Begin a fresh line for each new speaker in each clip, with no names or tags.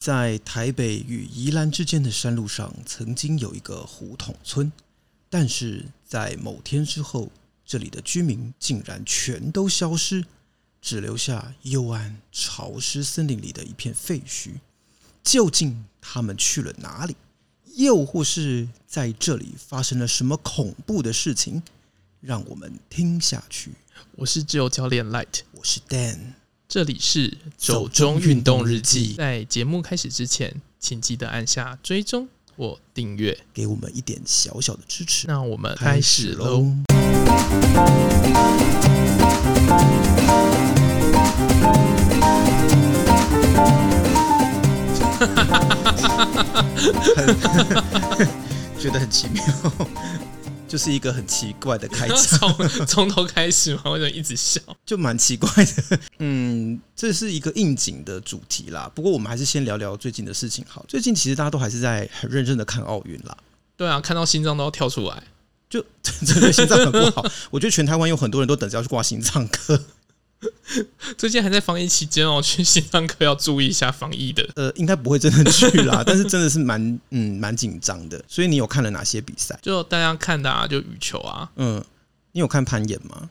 在台北与宜兰之间的山路上，曾经有一个胡同村，但是在某天之后，这里的居民竟然全都消失，只留下幽暗潮湿森林里的一片废墟。究竟他们去了哪里？又或是在这里发生了什么恐怖的事情？让我们听下去。
我是自由教练 Light，
我是 Dan。
这里是
走中运动日记
在节目开始之前，请记得按下追踪或订阅。
给我们一点小小的支持。
那我们开始喽。。
觉得很奇妙，就是一个很奇怪的开 场，
从从头开始吗？我怎么一直笑？
就蛮奇怪的。嗯，这是一个应景的主题啦。不过我们还是先聊聊最近的事情好。最近其实大家都还是在很认真的看奥运 啦。
对啊，看到心脏都要跳出来。
就真的心脏很不好，我觉得全台湾有很多人都等着要去挂心脏科。
最近还在防疫期间哦，去心脏科要注意一下防疫的。
呃，应该不会真的去啦， 但是真的是蛮嗯蛮紧张的。所以你有看了哪些比赛？
就大家看的啊，就羽球啊，
嗯，你有看攀岩吗？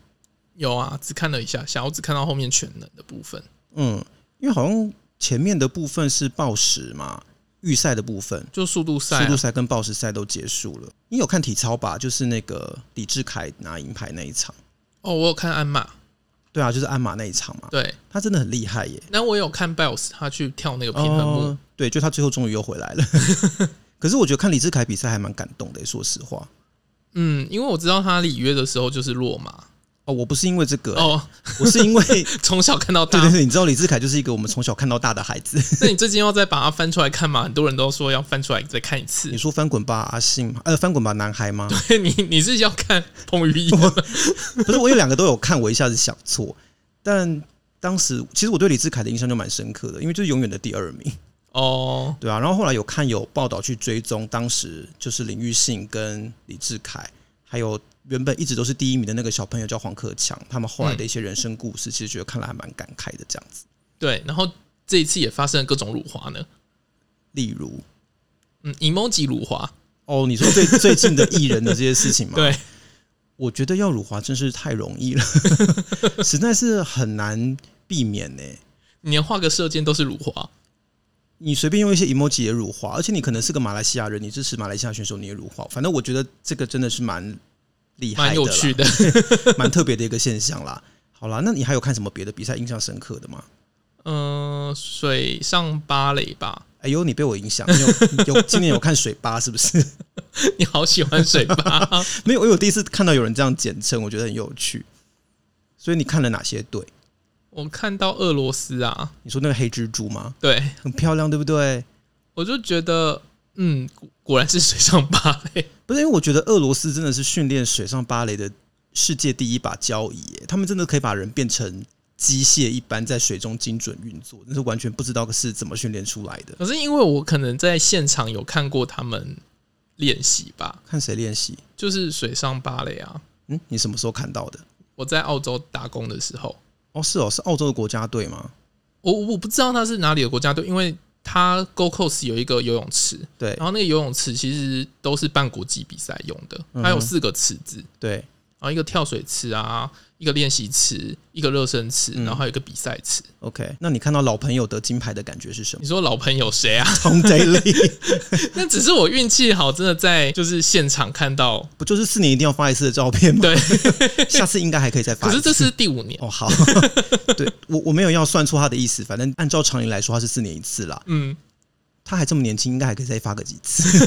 有啊，只看了一下下，我只看到后面全能的部分，
嗯，因为好像前面的部分是报时嘛，预赛的部分，
就速度赛、
速
啊
度。赛跟报时赛都结束了。你有看体操吧？就是那个李志凯拿银牌那一场，
哦，我有看鞍马，
对啊，就是鞍马那一场嘛，
对，
他真的很厉害耶。
那我有看 Biles 他去跳那个平衡木，
哦对，就他最后终于又回来了。 可是我觉得看李志凯比赛还蛮感动的，说实话。
嗯，因为我知道他里约的时候就是落马，
哦，我不是因为这个、
哦，
我是因为
从小看到大
对。对对，你知道李志凯就是一个我们从小看到大的孩子。
那你最近要再把它翻出来看吗？很多人都说要翻出来再看一次
你。说翻滚吧阿信吗？呃，翻滚吧男孩吗？
你你是要看彭于 晏吗？
不是，我有两个都有看，我一下子想错，但当时其实我对李志凯的印象就蛮深刻的，因为就是永远的第二名，
哦，
对啊。然后后来有看有报道去追踪，当时就是林玉信跟李志凯，还有原本一直都是第一名的那个小朋友叫黄克强，他们后来的一些人生故事，其实觉得看了还蛮感慨的这样子。
对，然后这一次也发生了各种辱华呢，
例如，
嗯，emoji 辱华，
哦，你说最 最近的艺人的这些事情嘛，
对，
我觉得要辱华真是太容易了， 实在是很难避免呢、
你连画个射箭都是辱华，
你随便用一些 emoji 也辱华，而且你可能是个马来西亚人，你支持马来西亚选手，你也辱华。反正我觉得这个真的是蛮厉害的啦，
蛮有趣的。
蛮特别的一个现象啦。好啦，那你还有看什么别的比赛印象深刻的吗？
嗯、水上芭蕾吧，
哎呦，你被我影响，你有你有今年有看水吧是不是？
你好喜欢水吧？
没有，因为我第一次看到有人这样简称，我觉得很有趣。所以你看了哪些队？
我看到俄罗斯啊，
你说那个黑蜘蛛吗？
对
很漂亮，对不对？
我就觉得，嗯，果果然是水上芭蕾。
不是，因为我觉得俄罗斯真的是训练水上芭蕾的世界第一把交椅耶，他们真的可以把人变成机械一般在水中精准运作，那是完全不知道是怎么训练出来的。
可是因为我可能在现场有看过他们练习吧，
看谁练习？
就是水上芭蕾啊。
嗯，你什么时候看到的？
我在澳洲打工的时候，
哦，是哦，是澳洲的国家队吗？
我我不知道他是哪里的国家队，因为他 Go Coast 有一个游泳池，
对
然后那个游泳池其实都是办国际比赛用的，
嗯哼
它有四个池子，
对，
然后一个跳水池啊，一个练习池，一个热身池，
嗯
然后还有一个比赛池。
OK，那你看到老朋友得金牌的感觉是什 么
你说老朋友谁啊？
？Tom Daly
那只是我运气好，真的在就是现场看到，
不就是四年一定要发一次的照片吗？
对，
下次应该还可以再
可
发一
是
次。
这是第五年，
哦，好， 对我我没有要算错他的意思，反正按照常理来说，他是四年一次啦。
嗯，
他还这么年轻，应该还可以再发个几 次。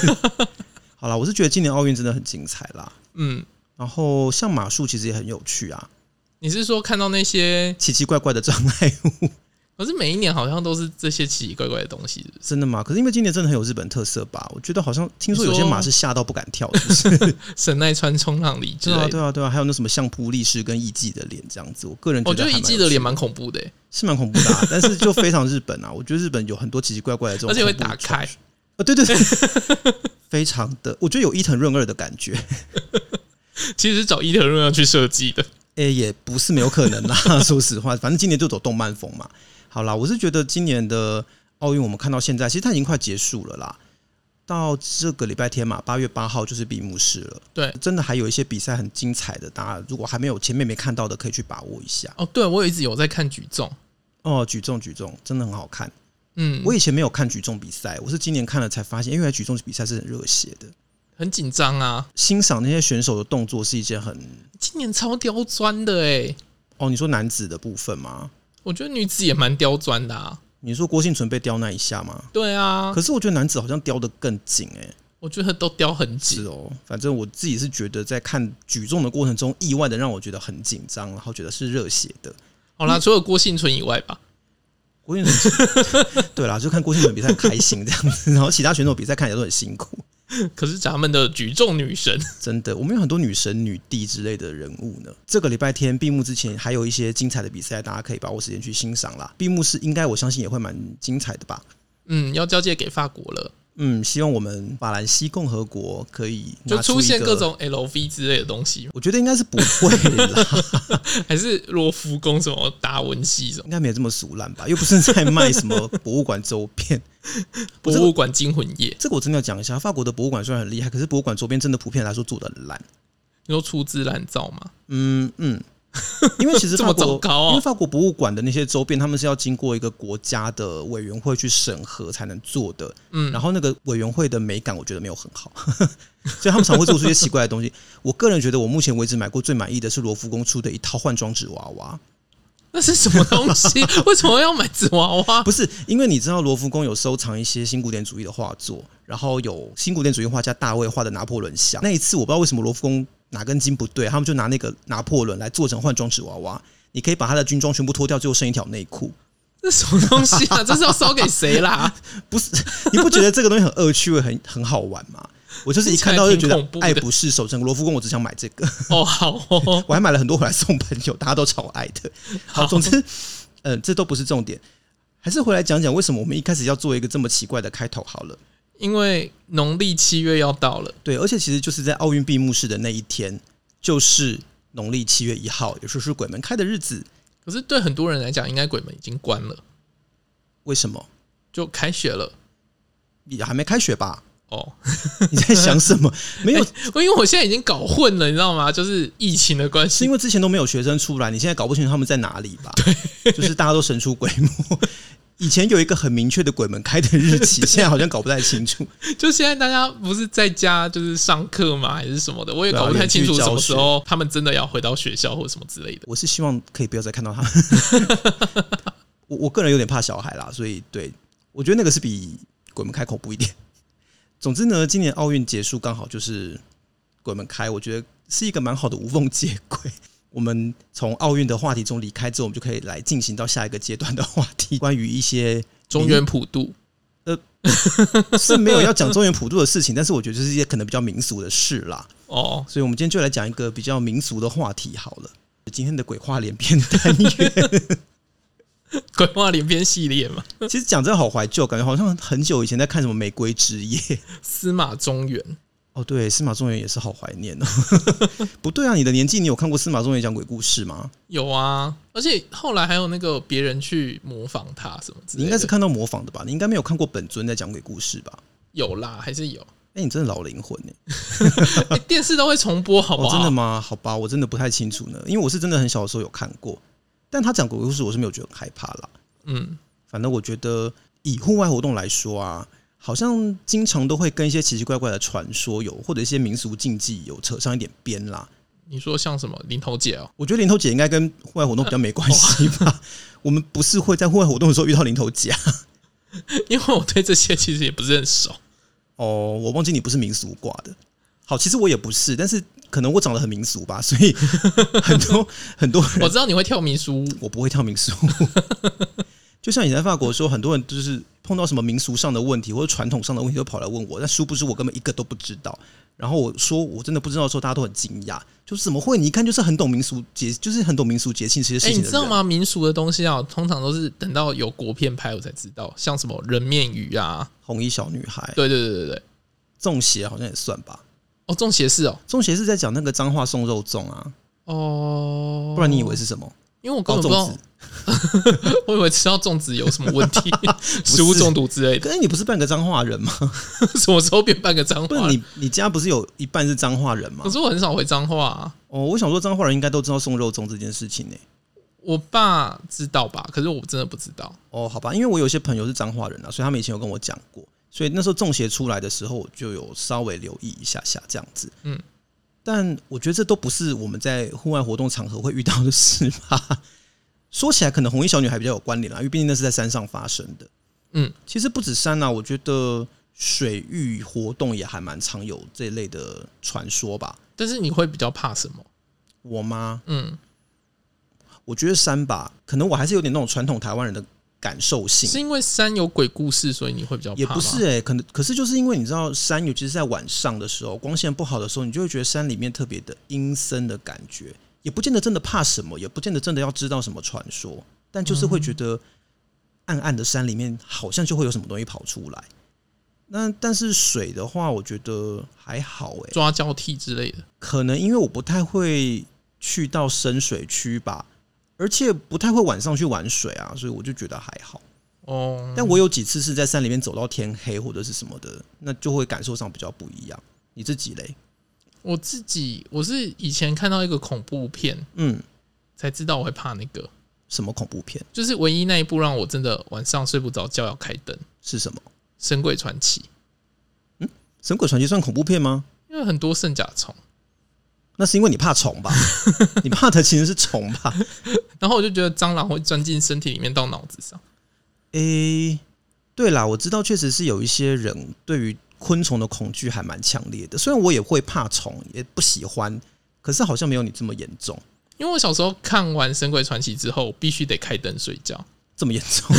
好啦，我是觉得今年奥运真的很精彩啦。
嗯，
然后像马术其实也很有趣啊，
你是说看到那些？
奇奇怪怪的障碍物，
可是每一年好像都是这些奇奇怪怪的东西，是不是
真的吗？可是因为今年真的很有日本特色吧？我觉得好像听说有些
你说
马是吓到不敢跳，是不 是？
神奈川冲浪里之
对
类
啊，
的。
对啊，对啊，还有那什么相扑力士跟艺伎的脸这样子，我个人
我啊觉
得还
得一
蛮有趣
季的脸蛮恐怖的欸、
是蛮恐怖的、啊， 但是就非常日本啊。我觉得日本有很多奇奇怪怪的这种，
而且会打开。
哦，对对对，非常的，我觉得有伊藤润二的感觉。
其实是找伊藤润二去设计的。
诶、也不 是没有可能啦。说实话，反正今年就走动漫风嘛。好啦，我是觉得今年的奥运我们看到现在，其实它已经快结束了啦。到这个礼拜天嘛，八月八号就是闭幕式了。
对，
真的还有一些比赛很精彩的，大家如果还没有前面没看到的，可以去把握一下。
哦，对我一直有在看举重，
哦，举重举重真的很好看。
嗯，
我以前没有看举重比赛，我是今年看了才发现，因为举重比赛是很热血的，
很紧张啊，
欣赏那些选手的动作是一件很……
今年超刁钻的哎、
哦，你说男子的部分吗？
我觉得女子也蛮刁钻的啊，
你说郭幸存被刁那一下吗？
对啊，
可是我觉得男子好像刁得更紧哎、
我觉得都刁很紧，
是哦，反正我自己是觉得在看举重的过程中，意外的让我觉得很紧张，然后觉得是热血 的。
好啦，除了郭幸存以外吧，
郭敬明，对啦，就看郭敬明比赛很开心这样子，然后其他选手比赛看起来都很辛苦，
可是咱们的举重女神，
真的。我们有很多女神、女帝之类的人物呢。这个礼拜天闭幕之前，还有一些精彩的比赛，大家可以把握时间去欣赏啦。闭幕式应该我相信也会蛮精彩的吧。
嗯，要交接给法国了，
嗯，希望我们法兰西共和国可以拿
就出
一
现
个
各，种 LV 之类的东西，
我觉得应该是不会啦。
还是罗浮宫什么达文西什么
应该没有这么俗烂吧？又不是在卖什么博物馆周边。
博物馆惊魂夜，
这个我真的要讲一下，法国的博物馆虽然很厉害，可是博物馆周边真的普遍来说做的烂。
你说粗制滥造吗？
嗯嗯， 因为其实
这
法
么
国
糟糕哦
因为法国博物馆的那些周边，他们是要经过一个国家的委员会去审核才能做的。
嗯
然后那个委员会的美感，我觉得没有很好， 所以他们常会做出一些奇怪的东西。我个人觉得，我目前为止买过最满意的是罗浮宫出的一套换装纸娃娃。
那是什么 东西？为什么要买纸娃娃？
不是，因为你知道罗浮宫有收藏一些新古典主义的画作，然后有新古典主义画家大卫画的拿破仑像。那一次我不知道为什么罗浮宫哪根筋不对，他们就拿那个拿破仑来做成换装纸娃娃。你可以把他的军装全部脱掉，最后剩一条内裤。
这什么东西啊？这是要烧给谁啦？
不是，你不觉得这个东西很恶趣味、很很好玩吗？我就是一看到就觉
听起来挺恐怖
得
的
爱不释手，整个罗浮宫我只想买这个。
哦，好哦，
我还买了很多回来送朋友，大家都超爱的。好，
好
总之，嗯、这都不是重点，还是回来讲讲为什么我们一开始要做一个这么奇怪的开头好了。
因为农历七月要到了，
对，而且其实就是在奥运闭幕式的那一天，就是农历七月一号，也就是鬼门开的日子。
可是对很多人来讲，应该鬼门已经关了，
为什么？
就开学了。
你还没开学吧？
哦，
你在想什么？没有，
因为我现在已经搞混了，你知道吗？就是疫情的关
是
系
因，为之前都没有学生出来，你现在搞不清楚他们在哪里吧？就是大家都神出鬼没。以前有一个很明确的鬼门开的日期，现在好像搞不太清楚。
就现在大家不是在家就是上课吗？还是什么的？我也
对啊
搞不太清楚
远距教
什么时候他们真的要回到学校或什么之类的。
我是希望可以不要再看到他 们。我我个人有点怕小孩啦，所以对我觉得那个是比鬼门开恐怖一点。总之呢，今年奥运结束刚好就是鬼门开，我觉得是一个蛮好的无缝接轨。我们从奥运的话题中离开之后，我们就可以来进行到下一个阶段的话题，关于一些
中原普渡，
是没有要讲中原普渡的事情，但是我觉得这是一些可能比较民俗的事啦。
哦，
所以我们今天就来讲一个比较民俗的话题好了。今天的鬼话连篇单元，
鬼话连篇系列嘛，
其实讲真的好怀旧，感觉好像很久以前在看什么《玫瑰之夜》。
司马中原。
哦，对，司马中原也是好怀念哦。 不对啊，你的年纪，你有看过司马中原讲鬼故事吗？
有啊，而且后来还有那个别人去模仿他什么之
你
类的，
应该是看到模仿的吧？你应该没有看过本尊在讲鬼故事吧？
有啦，还是有、
哎、你真的老灵魂呢、
诶电视都会重播，好不
哦，
好？
真的吗？好吧，我真的不太清楚呢，因为我是真的很小的时候有看过，但他讲鬼故事，我是没有觉得很害怕啦。
嗯，
反正我觉得以户外活动来说啊，好像经常都会跟一些奇奇怪怪的传说有，或者一些民俗禁忌有扯上一点边啦。
你说像什么林头姐哦，
我觉得零头姐应该跟户外活动比较没关系吧。我们不是会在户外活动的时候遇到零头姐啊？
因为我对这些其实也不是很熟。
哦，我忘记你不是民俗挂的。好，其实我也不是，但是可能我长得很民俗吧，所以很 多很多人
我知道你会跳民俗舞，
我不会跳民俗。就像以前在法国的时候，很多人就是碰到什么民俗上的问题或者传统上的问题，都跑来问我。但殊不知我根本一个都不知道。然后我说我真的不知道的时候，大家都很惊讶，就是怎么会？你一看就是很懂民俗节，就是很懂民俗节庆这些事
哎、
情的人。
你知道吗？民俗的东西啊，通常都是等到有国片拍我才知道，像什么人面鱼啊，
红衣小女孩，
对对对对对，
中邪好像也算吧。
哦，中邪是哦，
中邪是在讲那个脏话送肉粽啊，
哦，
不然你以为是什么？
因为我哦根
包
本不知道
哦粽，子。
我以为吃到粽子有什么问 题，食物中毒之类的。
可是你不是半个彰化人吗？
什么时候变半个脏
不
话
是？你你家不是有一半是彰化人吗
可？是我很少回脏话、啊，
哦，我想说彰化人应该都知道送肉粽这件事情呢、
我爸知道吧？可是我真的不知道。
哦，好吧，因为我有些朋友是彰化人啊，所以他们以前有跟我讲过，所以那时候中邪出来的时候，我就有稍微留意一下下这样子。
嗯，
但我觉得这都不是我们在户外活动场合会遇到的事吧？ 说起来，可能红衣小女孩比较有关联啦，啊因为毕竟那是在山上发生的。
嗯，
其实不止山啊，我觉得水域活动也还蛮常有这类的传说吧。
但是你会比较怕什么？
我妈，
嗯，
我觉得山吧，可能我还是有点那种传统台湾人的感受性，
是因为山有鬼故事，所以你会比较怕
也
吗
不是哎、可能可是就是因为你知道山，尤其是在晚上的时候，光线不好的时候，你就会觉得山里面特别的阴森的感觉，也不见得真的怕什么，也不见得真的要知道什么传说，但就是会觉
嗯
得暗暗的山里面好像就会有什么东西跑出来。那但是水的话，我觉得还好哎、
抓交替之类的。
可能因为我不太会去到深水区吧，而且不太会晚上去玩水啊，所以我就觉得还好。
哦，
但我有几次是在山里面走到天黑或者是什么的，那就会感受上比较不一样。你自己嘞？
我自己我是以前看到一个恐怖片
嗯，
才知道我会怕那个，
什么恐怖片
就是唯一那一部让我真的晚上睡不着觉要开灯，《
是什么？
神鬼传奇》，
《神鬼传奇》算恐怖片吗？
因为很多圣甲虫，
那是因为你怕虫吧？你怕的其实是虫吧？
然后我就觉得蟑螂会钻进身体里面到脑子上。
诶、对啦，我知道确实是有一些人对于昆虫的恐惧还蛮强烈的，虽然我也会怕虫，也不喜欢，可是好像没有你这么严重，
因为我小时候看完《神鬼传奇》之后，我必须得开灯睡觉，
这么严重。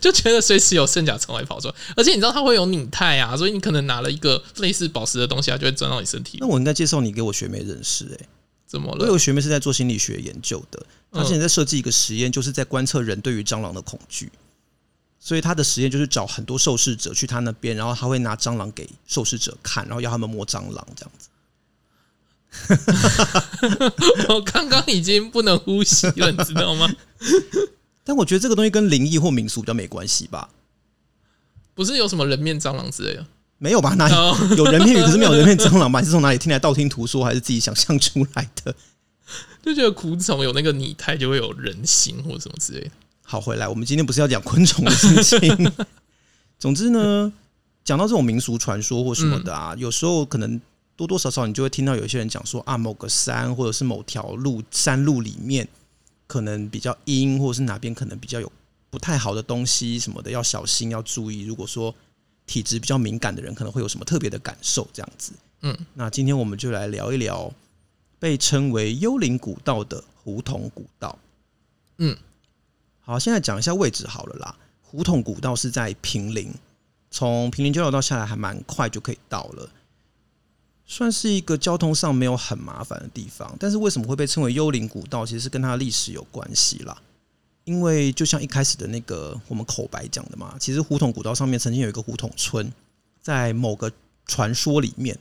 就觉得随时有圣甲虫会跑出来，而且你知道它会有拧态啊，所以你可能拿了一个类似宝石的东西，它就会钻到你身体里
那。我应该介绍你给我学妹认识诶、
怎么
我有
了？
个学妹是在做心理学研究的，她现在在设计一个实验，就是在观测人对于蟑螂的恐惧。所以她的实验就是找很多受试者去她那边，然后她会拿蟑螂给受试者看，然后要他们摸蟑螂这样子。
我刚刚已经不能呼吸了，你知 道
哎
吗？
但我觉得这个东西跟灵异或民俗比较没关系吧？
不是有什么人面蟑螂之类的？
没有吧？哪有
哦，
有人面鱼，可 是没有人面蟑螂吧？你是从哪里听来？道听途说还是自己想象出来的？
就觉得苦虫有那个拟态，就会有人形或什么之类的。
好，回来，我们今天不是要讲昆虫的事情。 总之呢，讲到这种民俗传说或什么的啊，有时候可能多多少少你就会听到有些人讲说啊，某个山或者是某条路山路里面可能比较阴，或者是哪边可能比较有不太好的东西什么的，要小心要注意。如果说体质比较敏感的人，可能会有什么特别的感受这样子。
嗯，
那今天我们就来聊一聊被称为幽灵古道的胡同古道。
嗯，
好，现在讲一下位置好了啦。胡同古道是在平陵，从平陵交流道下来还蛮快就可以到了，算是一个交通上没有很麻烦的地方。但是为什么会被称为幽灵古道，其实是跟它的历史有关系啦。因为就像一开始的那个我们口白讲的嘛，其实胡同古道上面曾经有一个胡同村，在某个传说里面，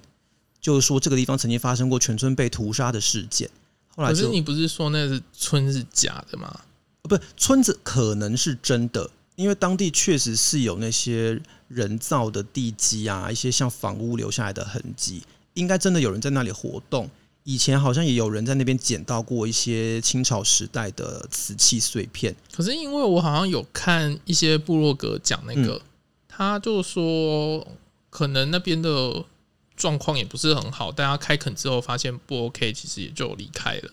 就是说这个地方曾经发生过全村被屠杀的事件。后来
可
就是
你不是说那是春是假的吗？
呃不，村子可能是真的，因为当地确实是有那些人造的地基啊，一些像房屋留下来的痕迹，应该真的有人在那里活动。以前好像也有人在那边捡到过一些清朝时代的瓷器碎片，
可是因为我好像有看一些部落格讲那个，
嗯
他就说可能那边的状况也不是很好，大家开垦之后发现不 OK，其实也就离开了。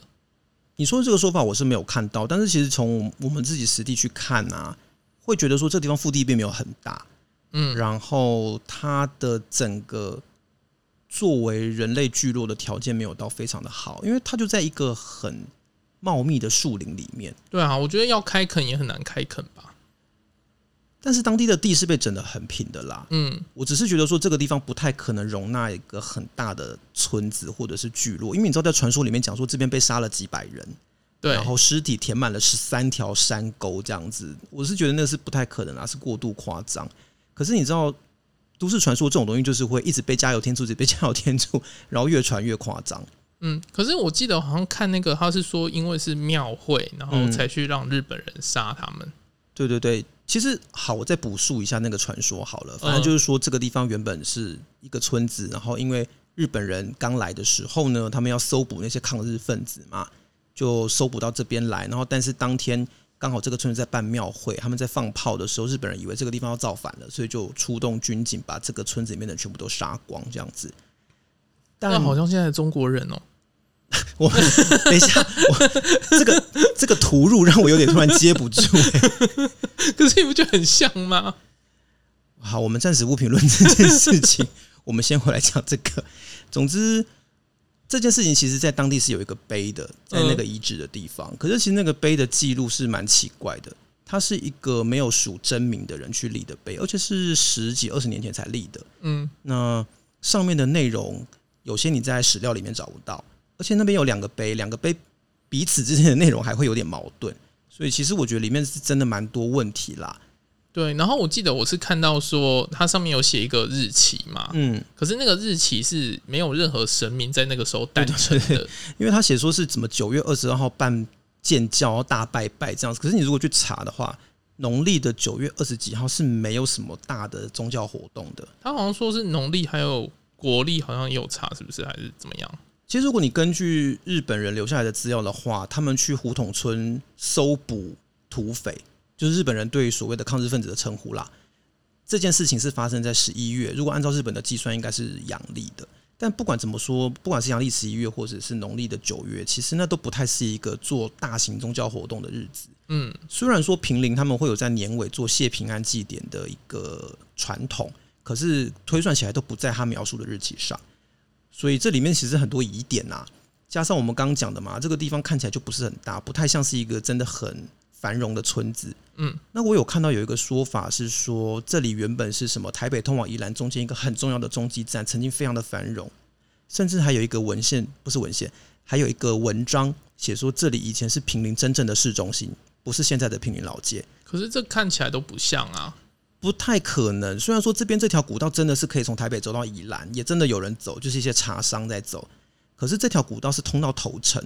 你说的这个说法我是没有看到，但是其实从我们自己实地去看啊，会觉得说这地方腹地并没有很大，
嗯
然后它的整个作为人类聚落的条件没有到非常的好，因为它就在一个很茂密的树林里面，
对啊，我觉得要开垦也很难开垦吧。
但是当地的地是被整得很平的啦，
嗯，
我只是觉得说这个地方不太可能容纳一个很大的村子或者是聚落，因为你知道在传说里面讲说这边被杀了几百人，
对
然，后尸体填满了十三条山沟这样子，我是觉得那是不太可能啊，是过度夸张。可是你知道，都市传说这种东西就是会一直被加油添醋，一直被加油添醋，然后越传越夸张。
嗯，可是我记得好像看那个，他是说因为是庙会，然后
嗯
才去让日本人杀他们。
对对对，其实好，我再补述一下那个传说好了。
嗯
反正就是说，这个地方原本是一个村子，然后因为日本人刚来的时候呢，他们要搜捕那些抗日分子嘛，就搜捕到这边来。然后，但是当天刚好这个村子在办庙会，他们在放炮的时候，日本人以为这个地方要造反了，所以就出动军警，把这个村子里面的人全部都杀光，这样子。
但好像现在的中国人哦、
我 等一下，我这个这个突入让我有点突然接不住、
可是你不觉得很像吗？
好，我们暂时不评论这件事情，我们先回来讲这个。 总之，这件事情其实在当地是有一个碑的，在那个遗址的地方。可是其实那个碑的记录是蛮奇怪的，它是一个没有署真名的人去立的碑，而且是十几二十年前才立的。
嗯，
那上面的内容有些你在史料里面找不到，而且那边有两个碑，两个碑彼此之间的内容还会有点矛盾，所以其实我觉得里面是真的蛮多问题啦。
对。然后我记得我是看到说它上面有写一个日期嘛，
嗯。
可是那个日期是没有任何神明在那个时候诞生的。
因为他写说是怎么九月二十二号办建教然后大拜拜这样子，可是你如果去查的话，农历的九月二十几号是没有什么大的宗教活动的。
他好像说是农历还有国历好像也有差，是不是？还是怎么样？
其实，如果你根据日本人留下来的资料的话，他们去胡同村搜捕土匪，就是日本人对所谓的抗日分子的称呼啦。这件事情是发生在十一月，如果按照日本的计算，应该是阳历的。但不管怎么说，不管是阳历十一月，或者是农历的九月，其实那都不太是一个做大型宗教活动的日子。
嗯，
虽然说平陵他们会有在年尾做谢平安祭典的一个传统，可是推算起来都不在他描述的日期上，所以这里面其实很多疑点呐、啊加上我们刚刚讲的嘛，这个地方看起来就不是很大，不太像是一个真的很繁荣的村子。
嗯，
那我有看到有一个说法是说，这里原本是什么台北通往宜兰中间一个很重要的中继站，曾经非常的繁荣，甚至还有一个文献不是文献，还有一个文章写说这里以前是平陵真正的市中心。不是现在的平林老街，
可是这看起来都不像啊。
不太可能。虽然说这边这条古道真的是可以从台北走到宜兰，也真的有人走，就是一些茶商在走。可是这条古道是通到头城，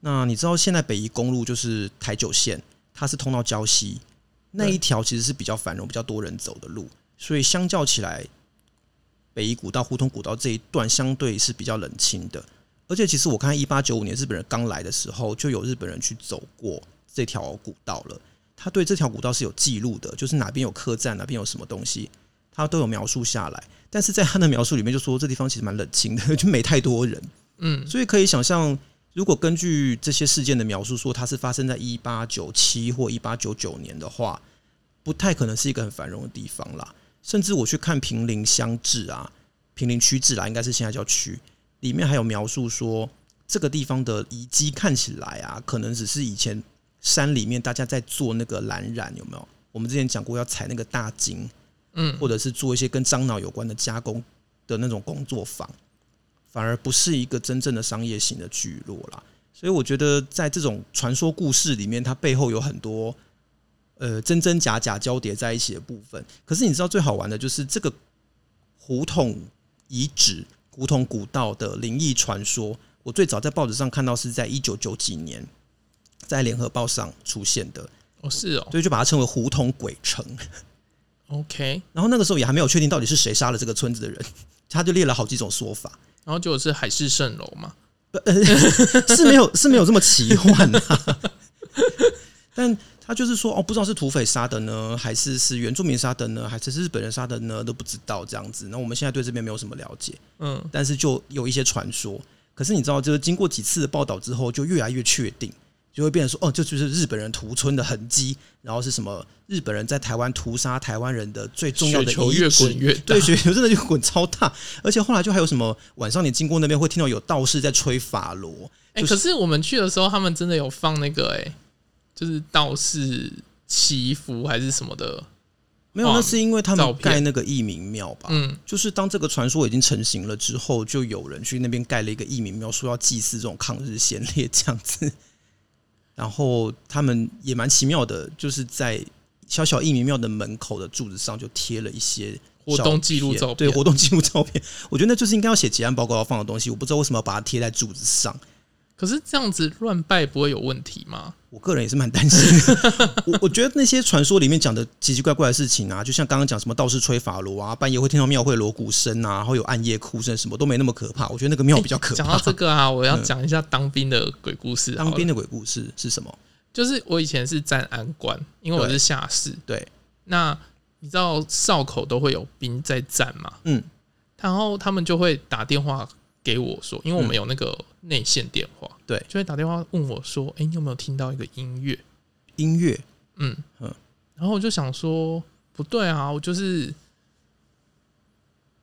那你知道现在北宜公路就是台九线，它是通到礁溪，那一条其实是比较繁荣、比较多人走的路，所以相较起来，北宜古道、胡同古道这一段相对是比较冷清的。而且其实我看一八九五年日本人刚来的时候，就有日本人去走过这条古道了。他对这条古道是有记录的，就是哪边有客栈，哪边有什么东西，他都有描述下来。但是在他的描述里面，就说这地方其实蛮冷清的， 就没太多人。
嗯，
所以可以想象，如果根据这些事件的描述说它是发生在一八九七或一八九九年的话，不太可能是一个很繁荣的地方啦。甚至我去看平陵乡志啊，平陵区志啦，应该是现在叫区，里面还有描述说这个地方的遗迹看起来啊，可能只是以前山里面大家在做那个蓝染，有没有？我们之前讲过要采那个大金，
嗯，
或者是做一些跟樟脑有关的加工的那种工作坊，反而不是一个真正的商业型的聚落啦。所以我觉得，在这种传说故事里面，它背后有很多呃真真假假交叠在一起的部分。可是你知道最好玩的就是这个胡同遗址、胡同古道的灵异传说，我最早在报纸上看到是在一九九几年在联合报上出现的，
哦是哦
所以就把它称为胡同鬼城。
，OK。
然后那个时候也还没有确定到底是谁杀了这个村子的人，他就列了好几种说法，
然后结果是海市蜃楼嘛，
是没有是没有这么奇幻啊。 但他就是说，哦，不知道是土匪杀的呢，还是是原住民杀的呢，还是是日本人杀的呢，都不知道这样子。那我们现在对这边没有什么了解，
嗯，
但是就有一些传说。可是你知道，就是经过几次的报道之后，就越来越确定，就会变成说，哦，这就是日本人屠村的痕迹，然后是什么日本人在台湾屠杀台湾人的最重要
雪
的
球
遗
越
址
滚越大
对，，雪球真的就滚超大，而且后来就还有什么晚上你经过那边会听到有道士在吹法螺，
哎、
就是
可是我们去的时候，他们真的有放那个哎、就是道士祈福还是什么的，
没有，那是因为他
啊照
们
片
盖那个义民庙吧。
嗯，
就是当这个传说已经成型了之后，就有人去那边盖了一个义民庙，说要祭祀这种抗日先烈这样子。然后他们也蛮奇妙的，就是在小小义民庙的门口的柱子上就贴了一些
活动记录照片，
对活动记录照片，我觉得那就是应该要写结案报告要放的东西。我不知道为什么要把它贴在柱子上，
可是这样子乱拜不会有问题吗？
我个人也是蛮担心的。 我我觉得那些传说里面讲的奇奇怪怪的事情啊，就像刚刚讲什么道士吹法螺啊，半夜会听到庙会锣鼓声啊，然后有暗夜哭声，什么都没那么可怕。我觉得那个庙比较可
讲
怕。嗯
到这个啊，我要讲一下当兵的鬼故事好了。
当兵的鬼故事是什么？
就是我以前是站安官，因为我
对
是下士。
对，
那你知道哨口都会有兵在站嘛？
嗯，
然后他们就会打电话给我说，因为我们有那个内线电话，
对
就会打电话问我说：“哎、你有没有听到一个音乐
音乐？”
嗯
嗯
然后我就想说，不对啊，我就是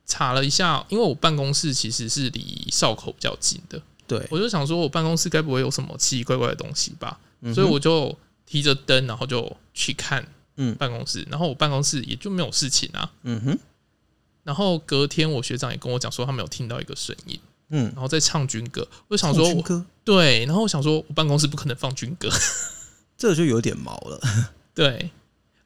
查了一下，因为我办公室其实是离哨口比较近的，
对，
我就想说我办公室该不会有什么奇奇怪怪的东西吧？
嗯哼
所以我就提着灯，然后就去看
嗯
办公室，然后我办公室也就没有事情啊。
嗯哼
然后隔天我学长也跟我讲说，他们有听到一个声音，
嗯，
然后在唱军歌。我就想说
唱军
我，
歌
对，然后我想说，我办公室不可能放军歌，
这个就有点毛了。
对。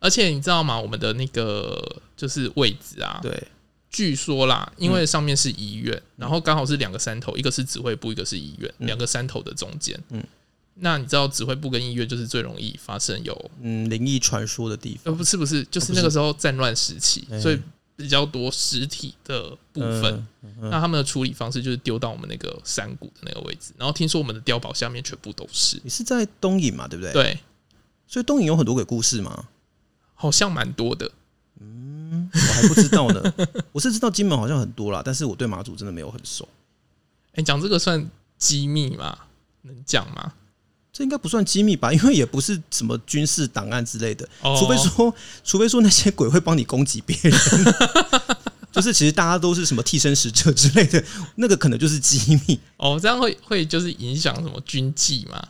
而且你知道吗？我们的那个就是位置啊，
对，
据说啦，因
嗯
为上面是医院，然后刚好是两个山头，一个是指挥部，一个是医院，
嗯
两、个山头的中间。
嗯
嗯，那你知道指挥部跟医院就是最容易发生有
嗯，灵异传说的地
呃
方
不是不是，就是
哦不是
那个时候战乱时期，
哎
所以比较多尸体的部分。
嗯
那他们的处理方式就是丢到我们那个山谷的那个位置，然后听说我们的碉堡下面全部都是，
你是在东影嘛？对不对？。
对，
所以东影有很多鬼故事嘛。
好像蛮多的。
我还不知道呢。 我是知道金门好像很多啦，但是我对马祖真的没有很熟。
哎、讲这个算机密吗？能讲吗？
这应该不算机密吧，因为也不是什么军事档案之类的，
哦
除非说，除非说那些鬼会帮你攻击别人， 就是其实大家都是什么替身使者之类的，那个可能就是机密，
哦，这样会会就是影响什么军纪吗？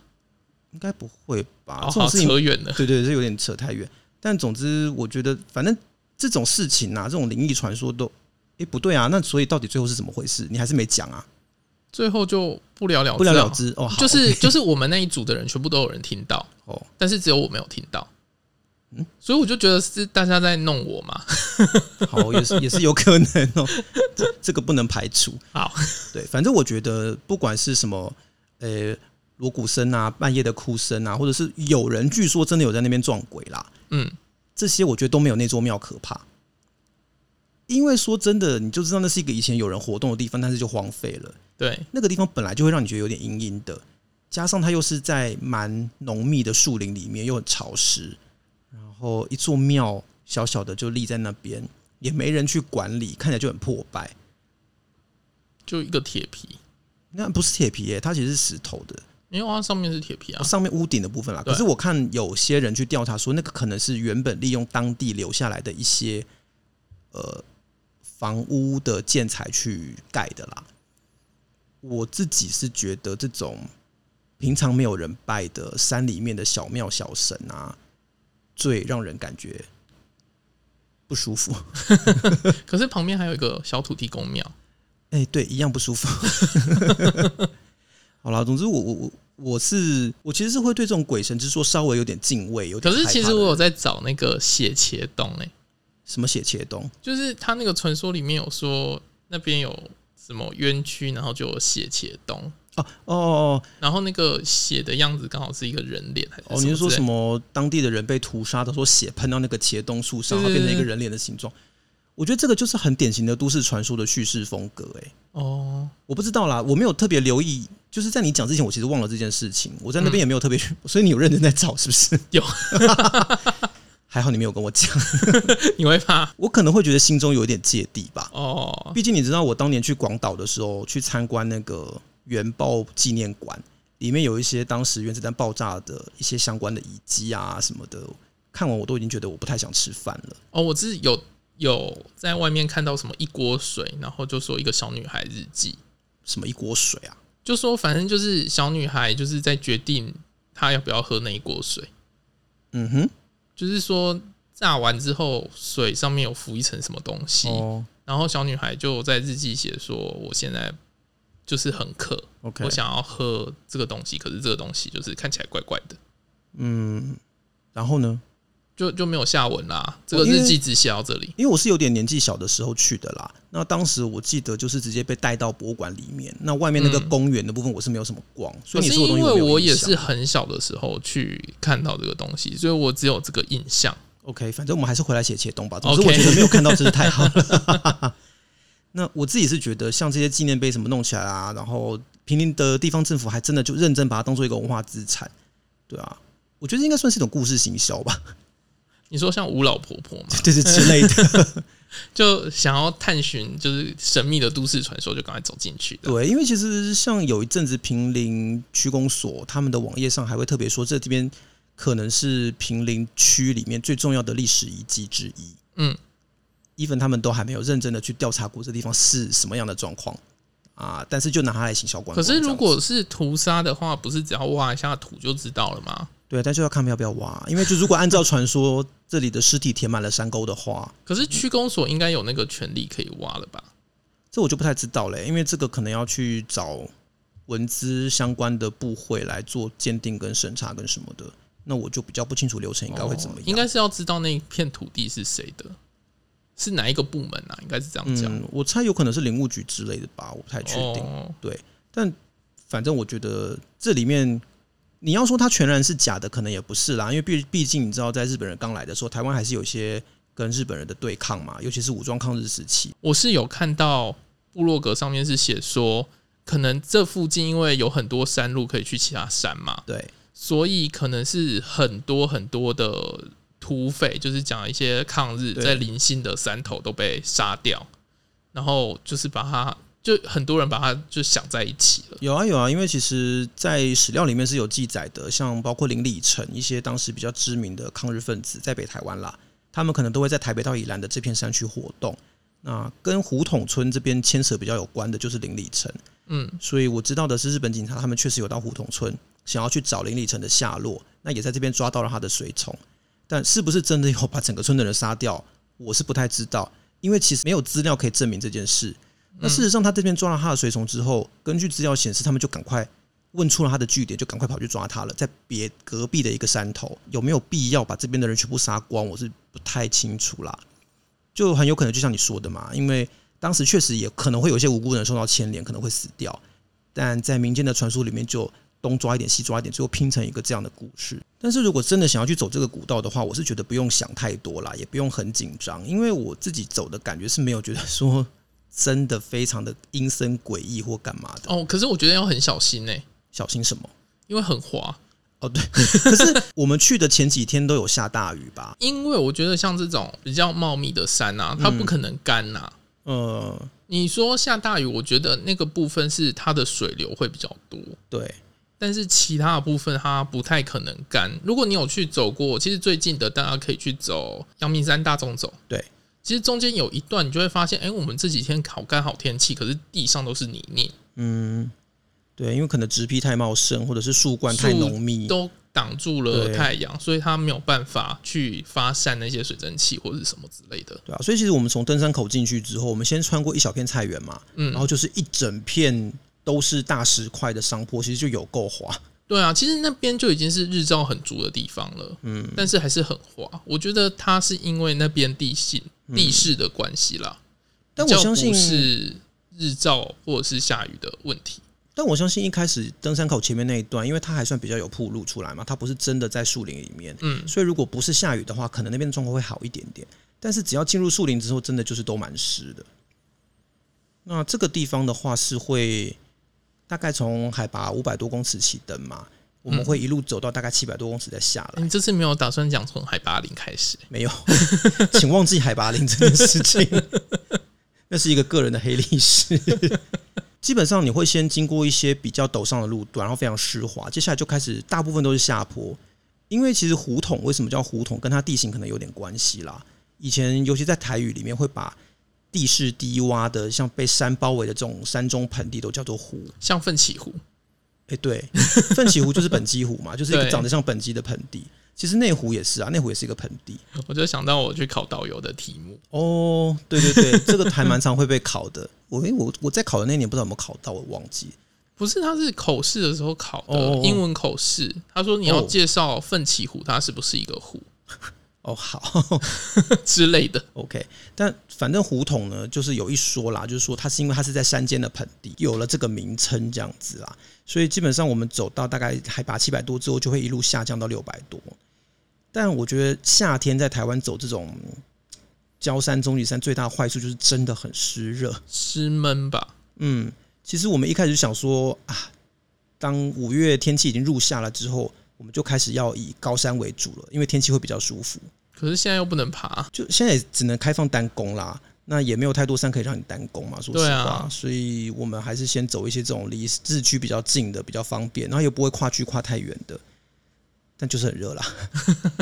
应该不会吧？
哦，
这种
好
事情，
扯远了。
对对，这有点扯太远。但总之，我觉得反正这种事情啊，这种灵异传说都，诶，不对啊，那所以到底最后是怎么回事？你还是没讲啊，
最后就不了了之啊
不了了之哦，好
就是就是我们那一组的人全部都有人听到，
哦，
但是只有我没有听到。
嗯
所以我就觉得是大家在弄我嘛。
好，也是也是有可能哦，这这个不能排除。
好，
对，反正我觉得不管是什么，呃，锣鼓声啊，半夜的哭声啊，或者是有人据说真的有在那边撞鬼啦，
嗯，
这些我觉得都没有那座庙可怕。因为说真的，你就知道那是一个以前有人活动的地方，但是就荒废了。
对，
那个地方本来就会让你觉得有点阴阴的，加上它又是在蛮浓密的树林里面，又很潮湿，然后一座庙小小的就立在那边，也没人去管理，看起来就很破败。
就一个铁皮，
那不是铁皮耶、它其实是石头的，
没有啊，上面是铁皮啊。
上面屋顶的部分啦。
对
可是我看有些人去调查说，那个可能是原本利用当地留下来的一些呃房屋的建材去盖的啦。我自己是觉得这种平常没有人拜的山里面的小庙小神啊，最让人感觉不舒服。
可是旁边还有一个小土地公庙，
哎、对，一样不舒服。 好啦，总之我我我我是我其实是会对这种鬼神之说稍微有点敬畏，有
可
点
是
害
其
怕
实
的
我有
人
在找那个血茄洞诶、
什么血切东，
就是他那个传说里面有说那边有什么冤屈，然后就有血茄洞，
哦哦哦
然后那个血的样子刚好是一个人脸还是
哦，你是说
哎之类
什么当地的人被屠杀，他说血喷到那个茄冬树上，
对
它变成
对
一个
对
人脸的形状？我觉得这个就是很典型的都市传说的叙事风格、欸。
哦，
我不知道啦，我没有特别留意，就是在你讲之前，我其实忘了这件事情，我在那边也没有特别去， 所以你有认真在找是不是？
嗯有，
还好你没有跟我讲，
你会怕
我可能会觉得心中有点芥蒂吧。
哦？
毕竟你知道，我当年去广岛的时候，去参观那个原爆纪念馆，里面有一些当时原子弹爆炸的一些相关的遗迹啊什么的。看完我都已经觉得我不太想吃饭了。
哦，我是有有在外面看到什么一锅水，然后就说一个小女孩日记，
什么一锅水啊？
就说反正就是小女孩就是在决定她要不要喝那一锅水，
嗯哼，
就是说炸完之后水上面有浮一层什么东西，
哦
然后小女孩就在日记写说我现在就是很渴，
，OK，
我想要喝这个东西，可是这个东西就是看起来怪怪的。
嗯，然后呢？
就就没有下文啦。这
哦
个日记只写到这里。
因为我是有点年纪小的时候去的啦，那当时我记得就是直接被带到博物馆里面，那外面那个
嗯
公园的部分我是没有什么逛，所
可
以你
是
说的东
因
西
为
没有
我
印
也
象
是很小的时候去看到这个东西，所以我只有这个印象。
OK，反正我们还是回来写茄东吧。总之，
OK
我觉得没有看到真是太好了。 那我自己是觉得，像这些纪念碑什么弄起来啊，然后平林的地方政府还真的就认真把它当做一个文化资产，对啊，我觉得应该算是一种故事行销吧，
你说像吴老婆婆嘛，
对对之类的。
就想要探寻就是神秘的都市传说，就赶快走进去的。
对，因为其实像有一阵子平林区公所他们的网页上还会特别说，这边可能是平林区里面最重要的历史遗迹之一。
嗯
，even 他们都还没有认真的去调查过这地方是什么样的状况啊，但是就拿它来行销观光
可
啊这
是
样子。
如果是屠杀的话，不是只要挖一下土就知道了吗？
对，但就要看要不要挖，因为就如果按照传说，这里的尸体填满了山沟的话，
可是区公所应该有那个权利可以挖了吧？
这我就不太知道嘞，因为这个可能要去找文资相关的部会来做鉴定跟审查跟什么的，那我就比较不清楚流程应该会怎么样。
哦应该是要知道那片土地是谁的，是哪一个部门啊？应该是这样讲。
嗯，我猜有可能是林务局之类的吧，我不太确定。
哦
但反正我觉得这里面，你要说它全然是假的，可能也不是啦，因为毕毕竟你知道，在日本人刚来的时候，台湾还是有一些跟日本人的对抗嘛，尤其是武装抗日时期。
我是有看到部落格上面是写说，可能这附近因为有很多山路可以去其他山嘛，
对，
所以可能是很多很多的土匪，就是讲一些抗日
对
在零星的山头都被杀掉，然后就是把它就很多人把它就想在一起了。
有啊有啊，因为其实，在史料里面是有记载的，像包括林立成一些当时比较知名的抗日分子，在北台湾啦，他们可能都会在台北到宜兰的这片山区活动。那跟胡同村这边牵扯比较有关的，就是林立成。
嗯，
所以我知道的是，日本警察他们确实有到胡同村，想要去找林立成的下落，那也在这边抓到了他的随从，但是不是真的有把整个村的人杀掉，我是不太知道，因为其实没有资料可以证明这件事。那事实上，他这边抓了他的随从之后，根据资料显示，他们就赶快问出了他的据点，就赶快跑去抓他了，在别隔壁的一个山头，有没有必要把这边的人全部杀光，我是不太清楚啦。就很有可能就像你说的嘛，因为当时确实也可能会有一些无辜人受到牵连，可能会死掉。但在民间的传说里面，就东抓一点西抓一点，最后拼成一个这样的故事。但是如果真的想要去走这个古道的话，我是觉得不用想太多啦，也不用很紧张，因为我自己走的感觉是没有觉得说真的非常的阴森诡异或干嘛的。
哦，可是我觉得要很小心呢、
小心什么？
因为很滑。
哦，对， 可是我们去的前几天都有下大雨吧？
因为我觉得像这种比较茂密的山啊，它不可能干呐、啊
呃，
你说下大雨，我觉得那个部分是它的水流会比较多，
对，
但是其他的部分它不太可能干。如果你有去走过，其实最近的大家可以去走阳明山大众走，
对，
其实中间有一段你就会发现，哎、我们这几天好干好天气，可是地上都是泥泞，
嗯，对，因为可能植被太茂盛，或者是树冠太
树
浓密，
都挡住了
对
太阳，所以它没有办法去发散那些水蒸气或者什么之类的。
对啊，所以其实我们从登山口进去之后，我们先穿过一小片菜园嘛，
嗯
然后就是一整片都是大石块的山坡，其实就有够滑。
对啊，其实那边就已经是日照很足的地方了，嗯，但是还是很滑。我觉得它是因为那边地形、地势的关系啦，
但
比
我
较
相信
不，是日照或者是下雨的问题。
但我相信一开始登山口前面那一段，因为它还算比较有铺路出来嘛，它不是真的在树林里面，
嗯，
所以如果不是下雨的话，可能那边状况会好一点点。但是只要进入树林之后，真的就是都蛮湿的。那这个地方的话是会大概从海拔五百多公尺起登嘛，我们会一路走到大概七百多公尺再下来。
你这次没有打算讲从海拔零开始？
没有， 请忘记海拔林这件事情， 那是一个个人的黑历史。 基本上你会先经过一些比较陡上的路段，然后非常湿滑，接下来就开始大部分都是下坡。因为其实胡同为什么叫胡同，跟它地形可能有点关系啦。以前尤其在台语里面会把地势低洼的，像被山包围的这种山中盆地都叫做湖。
像奋起湖，
哎、对，奋起湖就是本基湖嘛，就是一个
对
长得像本基的盆地。其实内湖也是啊，内湖也是一个盆地。
我就想到我去考导游的题目，
哦，对对对，这个还蛮常会被考的。我诶我我在考的那年不知道有没有考到，我忘记。
不是他是口试的时候考
哦哦
的
哦
英文口试，他说你要
哦
介绍奋起湖它是不是一个湖，
哦，好
之类的。
，OK。但反正胡同呢，就是有一说啦，就是说它是因为它是在山间的盆地，有了这个名称这样子啦。所以基本上我们走到大概海拔七百多之后，就会一路下降到六百多。但我觉得夏天在台湾走这种嗯焦山、中级山，最大的坏处就是真的很湿热。
湿闷吧，
嗯，其实我们一开始想说啊，当五月天气已经入夏了之后，我们就开始要以高山为主了，因为天气会比较舒服。
可是现在又不能爬，
就现在也只能开放单攻啦，那也没有太多山可以让你单攻嘛，说实
对
话，
啊
所以我们还是先走一些这种离市区比较近的，比较方便，然后又不会跨区跨太远的，但就是很热啦。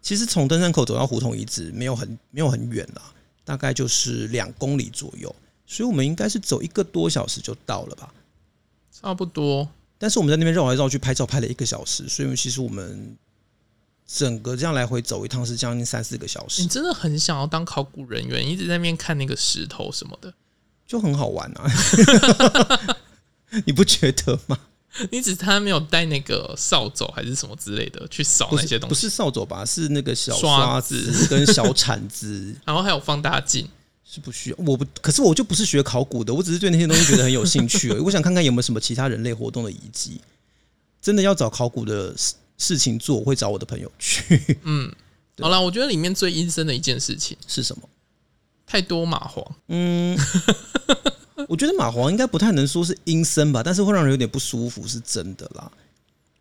其实从登山口走到胡同遗址没有很没有很远啦，大概就是两公里左右，所以我们应该是走一个多小时就到了吧。
差不多。
但是我们在那边绕来绕去拍照拍了一个小时，所以其实我们整个这样来回走一趟是将近三四个小时
你。真的很想要当考古人员，一直在那边看那个石头什么的，
就很好玩啊， 你不觉得吗？
你只是他没有带那个扫帚还是什么之类的去扫
不
哦那些
是
东
不
西，
是扫帚吧，是那个小
刷
刷
子
子跟小铲子，
然后还有放大镜，
是不需要。我不，可是我就不是学考古的，我只是对那些东西觉得很有兴趣而已。我想看看有没有什么其他人类活动的遗迹。真的要找考古的事事情做，我会找我的朋友去。
嗯，
对
好啦，我觉得里面最阴森的一件事情，
是什么？
太多蚂蟥，
嗯，我觉得蚂蟥应该不太能说是阴森吧，但是会让人有点不舒服，是真的啦。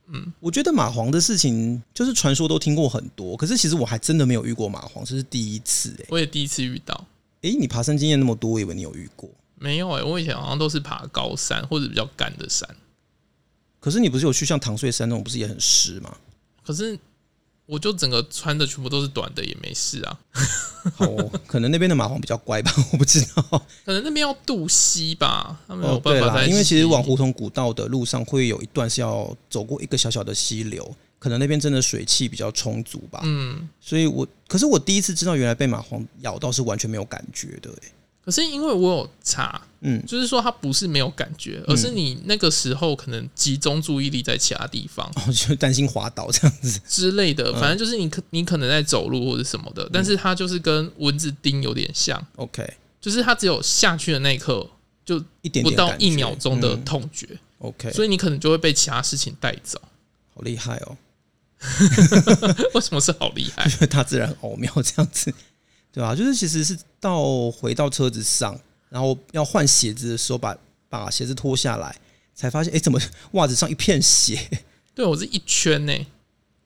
嗯，我觉得蚂蟥的事情，就是传说都听过很多，可是其实我还真的没有遇过蚂蟥，这是第一次、欸。
我也第一次遇到。
哎、你爬山经验那么多，我以为你有遇过，
没有哎、我以前好像都是爬高山或者比较干的山，
可是你不是有去像唐穗山那种，不是也很湿吗？
可是我就整个穿的全部都是短的，也没事啊。
好、哦，可能那边的蚂蟥比较乖吧，我不知道。
可能那边要渡溪吧，他们有
哦，对
办法在、
啦，因为其实往胡同古道的路上会有一段是要走过一个小小的溪流，可能那边真的水汽比较充足吧。
嗯，
所以我可是我第一次知道，原来被蚂蟥咬到是完全没有感觉的、欸。
可是因为我有查，
嗯，
就是说它不是没有感觉，而是你那个时候可能集中注意力在其他地方
我就担心滑倒这样子。
之类的，
嗯
反正就是你可你可能在走路或者什么的，但是它就是跟蚊子叮有点像，
OK，
就是它只有下去的那一刻就
一点
不
点
到
感觉
一秒钟的
嗯
痛觉，
OK，
所以你可能就会被其他事情带 走。
好厉害哦，
为什么是好厉害？
因为大自然很奥妙这样子， 对吧、就是其实是到回到车子上，然后要换鞋子的时候把，把鞋子脱下来，才发现哎、诶怎么袜子上一片血？
对我是一圈呢、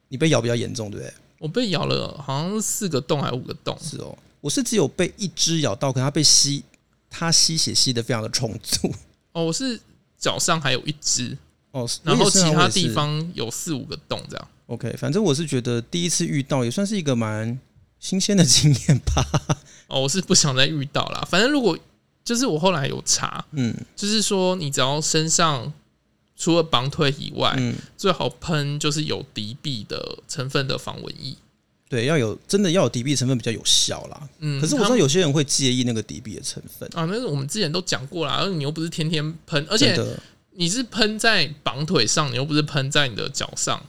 你被咬比较严重，对不对？
我被咬了好像是四个洞还是五个洞，
是哦，我是只有被一只咬到，可它被吸，它吸血吸的非常的充 足。
哦，我是脚上还有一只，
哦，
然
我
后
也
其
是啊我
他
也
地
是
方有四五个洞这样。
OK，反正我是觉得第一次遇到也算是一个蛮新鲜的经验吧。
哦，我是不想再遇到啦。反正如果就是我后来有查，
嗯
就是说你只要身上除了绑腿以外，
嗯，
最好喷就是有敌避的成分的防蚊液。
对，要有真的要有 DB 成分比较有效啦。
嗯，
可是我
他
知道有些人会介意那个 DB 的成分，
啊，那是我们之前都讲过啦，而你又不是天天喷，而
真
且
的。
你是喷在绑腿上，你又不是喷在你的脚上。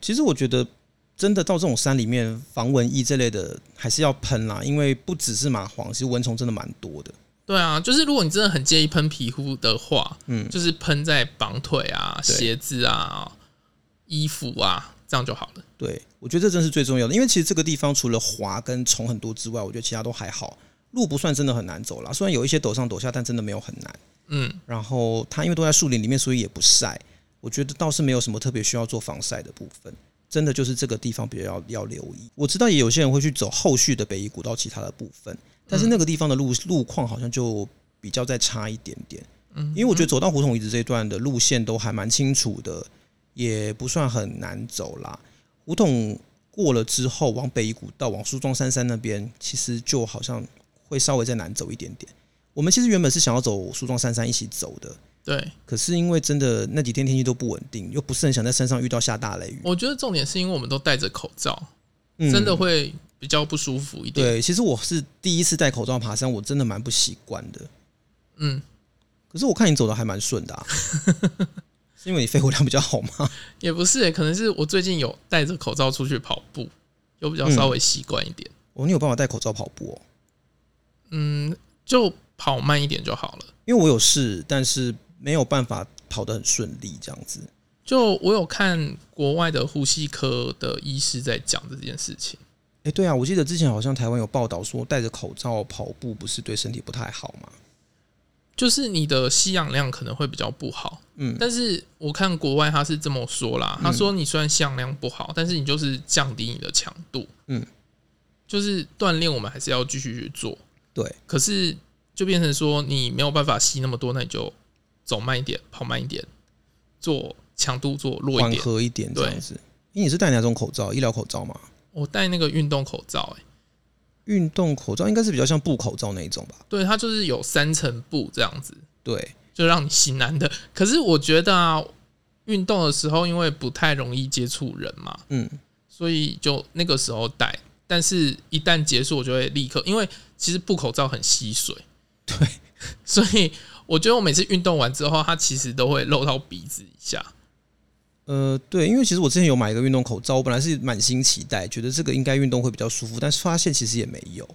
其实我觉得真的到这种山里面，防蚊液这类的还是要喷啦，因为不只是蚂蟥，其实蚊虫真的蛮多的。
对啊，就是如果你真的很介意喷皮肤的话，嗯，就是喷在绑腿啊、
对
鞋子啊、衣服啊，这样就好了。
对，我觉得这真是最重要的，因为其实这个地方除了滑跟虫很多之外，我觉得其他都还好，路不算真的很难走啦。虽然有一些陡上陡下，但真的没有很难。
嗯，
然后它因为都在树林里面，所以也不晒。我觉得倒是没有什么特别需要做防晒的部分，真的就是这个地方比较要要留意。我知道也有些人会去走后续的北宜古道其他的部分，但是那个地方的路路况好像就比较再差一点点。嗯，因为我觉得走到胡同遗址这一段的路线都还蛮清楚的，也不算很难走啦。胡同过了之后，往北宜古道、往梳妆山山那边，其实就好像会稍微再难走一点点。我们其实原本是想要走梳妆山山一起走的，
对，
可是因为真的那几天天气都不稳定，又不是很想在山上遇到下大雷雨，
我觉得重点是因为我们都戴着口罩，
嗯
哦真的会比较不舒服一点。
对。其实我是第一次戴口罩爬山，我真的蛮不习惯的。
嗯，
可是我看你走的还蛮顺 的、啊，是因为你肺活量比较好吗？
也不是欸、可能是我最近有戴着口罩出去跑步，又
嗯
比较稍微习惯一点。
哦，你有办法戴口罩跑步哦？
嗯，就跑慢一点就好了。
因为我有试，但是没有办法跑得很顺利，这样子。
就我有看国外的呼吸科的医师在讲这件事情，
哎、对啊，我记得之前好像台湾有报道说，戴着口罩跑步不是对身体不太好嘛？
就是你的吸氧量可能会比较不好。
嗯，
但是我看国外他是这么说啦，他说你虽然吸氧量不好，但是你就是降低你的强度，
嗯，
就是锻炼我们还是要继续去做，
对。
可是就变成说你没有办法吸那么多，那你就走慢一点，跑慢一点，做强度做弱一
缓
点。
和一点这样子。因为你是戴哪种口罩？医疗口罩嘛？
我戴那个运动口罩、欸，
运动口罩应该是比较像布口罩那一种吧？
对，它就是有三层布这样子，
对，
就让你型男的。可是我觉得啊，运动的时候因为不太容易接触人嘛，
嗯，
所以就那个时候戴。但是，一旦结束，我就会立刻，因为其实布口罩很吸水，
对，
所以我觉得我每次运动完之后，它其实都会漏到鼻子一下。
呃，对，因为其实我之前有买一个运动口罩，我本来是满心期待，觉得这个应该运动会比较舒服，但是发现其实也没有。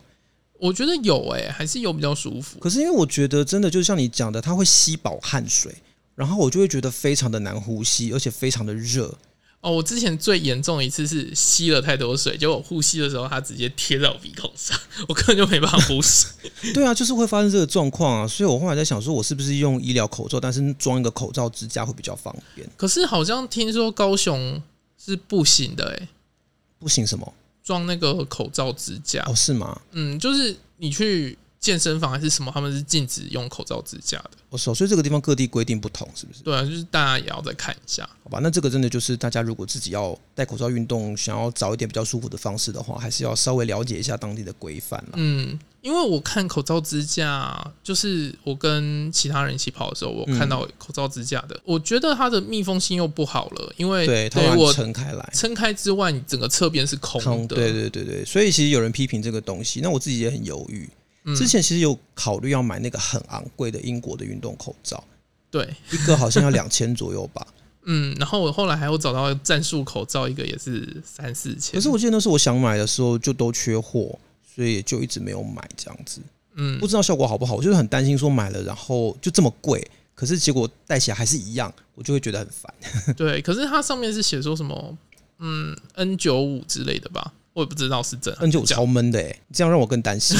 我觉得有诶、还是有比较舒服。
可是因为我觉得真的就像你讲的，它会吸饱汗水，然后我就会觉得非常的难呼吸，而且非常的热。
哦，我之前最严重一次是吸了太多水，结果我呼吸的时候，它直接贴在我鼻孔上， 我根本就没办法呼吸。
对啊，就是会发生这个状况啊，所以我后来在想说，我是不是用医疗口罩，但是装一个口罩支架会比较方便？
可是好像听说高雄是不行的诶、欸
不行什么？
装那个口罩支架。
哦，是吗？
嗯，就是你去健身房还是什么，他们是禁止用口罩支架的。
我手，哦所以这个地方各地规定不同，是不是？
对啊，就是大家也要再看一下。
好吧，那这个真的就是大家如果自己要戴口罩运动，想要找一点比较舒服的方式的话，还是要稍微了解一下当地的规范啦。
嗯，因为我看口罩支架，就是我跟其他人一起跑的时候，我
嗯
看到口罩支架的，我觉得它的密封性又不好了，因为
对，它
对
把
我
它撑开来，
撑开之外，你整个侧边是空
空
的。
对对对对，所以其实有人批评这个东西，那我自己也很犹豫。
嗯
之前其实有考虑要买那个很昂贵的英国的运动口罩，
对，
一个好像要两千左 右吧。
嗯，然后我后来还有找到战术口罩，一个也是三四千。
可是我记得那时候我想买的时候就都缺货，所以也就一直没有买这样子。
嗯
不，知道效果好不好，我就是很担心说买了然后就这么贵，可是结果戴起来还是一样，我就会觉得很烦。
对，可是它上面是写说什么，嗯，N 九五之类的吧，我也不知道是真
那
还是
就
假
超闷的哎、欸，这样让我更担心。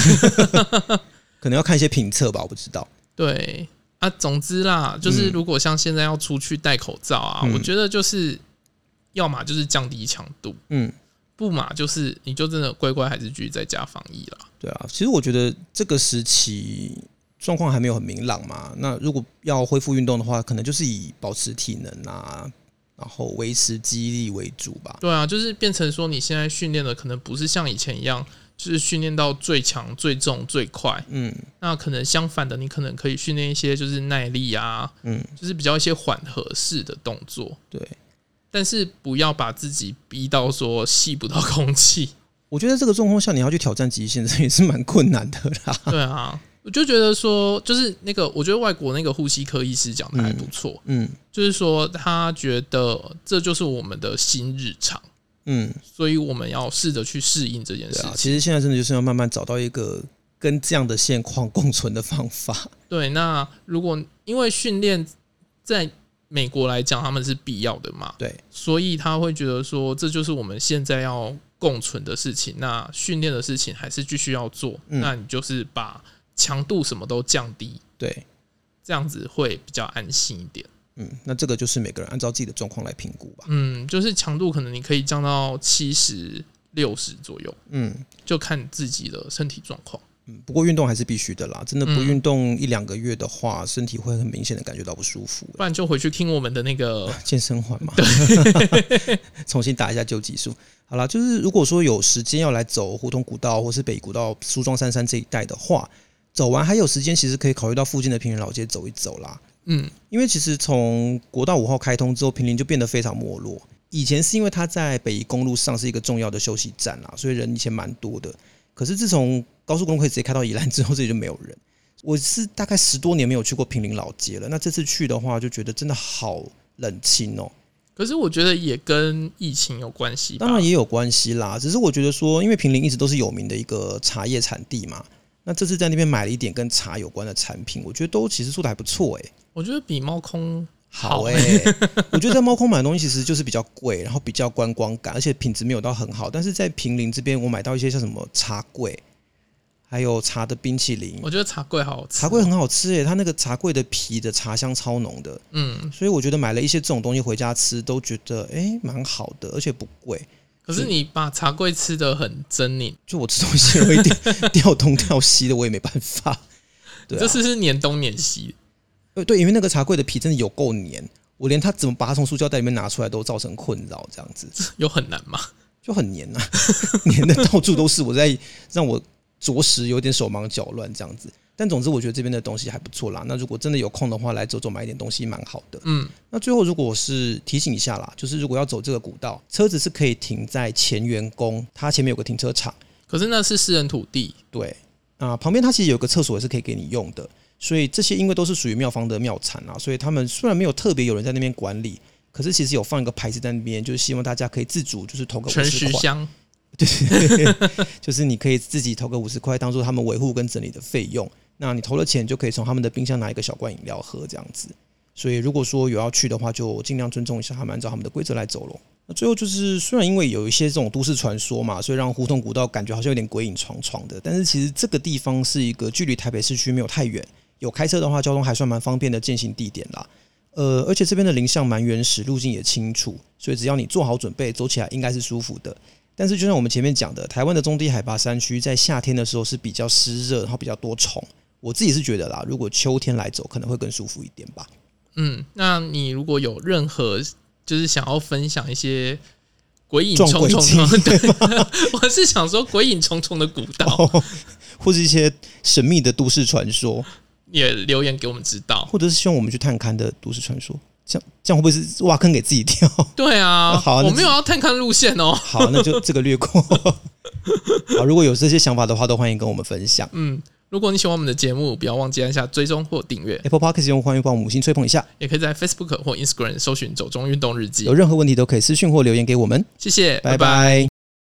可能要看一些评测吧，我不知道。
对啊，总之啦，就是如果像现在要出去戴口罩啊，
嗯
我觉得就是要么就是降低强度，
嗯，
不嘛就是你就真的乖乖还是继续在家防疫啦。
对啊，其实我觉得这个时期状况还没有很明朗嘛。那如果要恢复运动的话，可能就是以保持体能啊，然后维持肌力为主吧。
对啊，就是变成说你现在训练的可能不是像以前一样，就是训练到最强、最重、最快。
嗯
那可能相反的，你可能可以训练一些就是耐力啊，
嗯，
就是比较一些缓和式的动作，
对。
但是不要把自己逼到说吸不到空气。
我觉得这个状况下你要去挑战极限， 这也是蛮困难的啦。
对啊，我就觉得说，就是那个，我觉得外国那个呼吸科医师讲的还不错，
嗯
就是说他觉得这就是我们的新日常，
嗯，
所以我们要试着去适应这件事
对啊，
情。
其实现在真的就是要慢慢找到一个跟这样的现况共存的方法。
对，那如果因为训练在美国来讲他们是必要的嘛，
对，
所以他会觉得说这就是我们现在要共存的事情。那训练的事情还是继续要做，
嗯
那你就是把强度什么都降低，
对，
这样子会比较安心一点。
嗯，那这个就是每个人按照自己的状况来评估吧。
嗯，就是强度可能你可以降到七十六十左右，
嗯
就看自己的身体状况。
嗯，不过运动还是必须的啦，真的不
嗯
运动一两个月的话，身体会很明显的感觉到不舒服、
不然就回去听我们的那个，
健身环嘛， 重新打一下九级数。好啦，就是如果说有时间要来走胡同古道或是北古道、梳妆山山这一带的话，走完还有时间，其实可以考虑到附近的平原老街走一走啦。
嗯，
因为其实从国道五号开通之后，平林就变得非常没落。以前是因为它在北宜公路上是一个重要的休息站啦，所以人以前蛮多的。可是自从高速公路可以直接开到宜兰之后，这里就没有人。我是大概十多年没有去过平林老街了，那这次去的话，就觉得真的好冷清哦、
可是我觉得也跟疫情有关系吧。
当然也有关系啦，只是我觉得说，因为平林一直都是有名的一个茶叶产地嘛，那这次在那边买了一点跟茶有关的产品，我觉得都其实做的还不错哎、
我觉得比猫空
好哎、我觉得在猫空买的东西其实就是比较贵，然后比较观光感，而且品质没有到很好。但是在平林这边，我买到一些像什么茶柜，还有茶的冰淇淋，
我觉得茶柜好好吃。
茶柜很好吃诶、欸它那个茶柜的皮的茶香超浓的，
嗯，
所以我觉得买了一些这种东西回家吃，都觉得诶蛮、好的，而且不贵。
可是你把茶柜吃的很狰狞，
就我吃东西也会掉 掉东掉西的，我也没办法。对、啊，
这次是年东年西，
呃对，因为那个茶柜的皮真的有够黏，我连它怎么把它从塑胶袋里面拿出来都造成困扰，这样子
有很难吗？
就很黏啊， 黏的到处都是，我在让我着实有点手忙脚乱这样子。但总之，我觉得这边的东西还不错啦。那如果真的有空的话，来走走买一点东西，蛮好的。
嗯，
那最后，如果我是提醒一下啦，就是如果要走这个古道，车子是可以停在前员工，它前面有个停车场。
可是那是私人土地，
对啊，旁边它其实有个厕所也是可以给你用的，所以这些因为都是属于庙方的庙产啊，所以他们虽然没有特别有人在那边管理，可是其实有放一个牌子在那边，就是希望大家可以自主，就是投个五
全
十
石
块，
乡。
就是你可以自己投个五十块当做他们维护跟整理的费用。那你投了钱就可以从他们的冰箱拿一个小罐饮料喝这样子。所以如果说有要去的话，就尽量尊重一下他们，按照他们的规则来走咯。那最后就是，虽然因为有一些这种都市传说嘛，所以让胡同古道感觉好像有点鬼影幢幢的，但是其实这个地方是一个距离台北市区没有太远，有开车的话交通还算蛮方便的践行地点啦。呃，而且这边的林相蛮原始，路径也清楚，所以只要你做好准备，走起来应该是舒服的。但是就像我们前面讲的，台湾的中低海拔山区在夏天的时候是比较湿热，然后比较多虫。我自己是觉得啦，如果秋天来走可能会更舒服一点 吧。
嗯，那你如果有任何就是想要分享一些鬼影
撞
重
鬼
重的，
经
对，我是想说鬼影重重的古道，
哦，或是一些神秘的都市传说，
也留言给我们知道。
或者是希望我们去探勘的都市传说，这样这样会不会是挖坑给自己 跳？
对啊，
好啊那
我
就
没有要探看路线哦。
好，那就这个略 过。好，如果有这些想法的话，都欢迎跟我们分享。
嗯，如果你喜欢我们的节目，不要忘记按下追踪或订阅，
Apple Podcast 用欢迎帮我们五星吹捧一下，
也可以在 Facebook 或 Instagram 搜寻“走中运动日记
有”。任何问题都可以私讯或留言给我们。
谢谢，
拜拜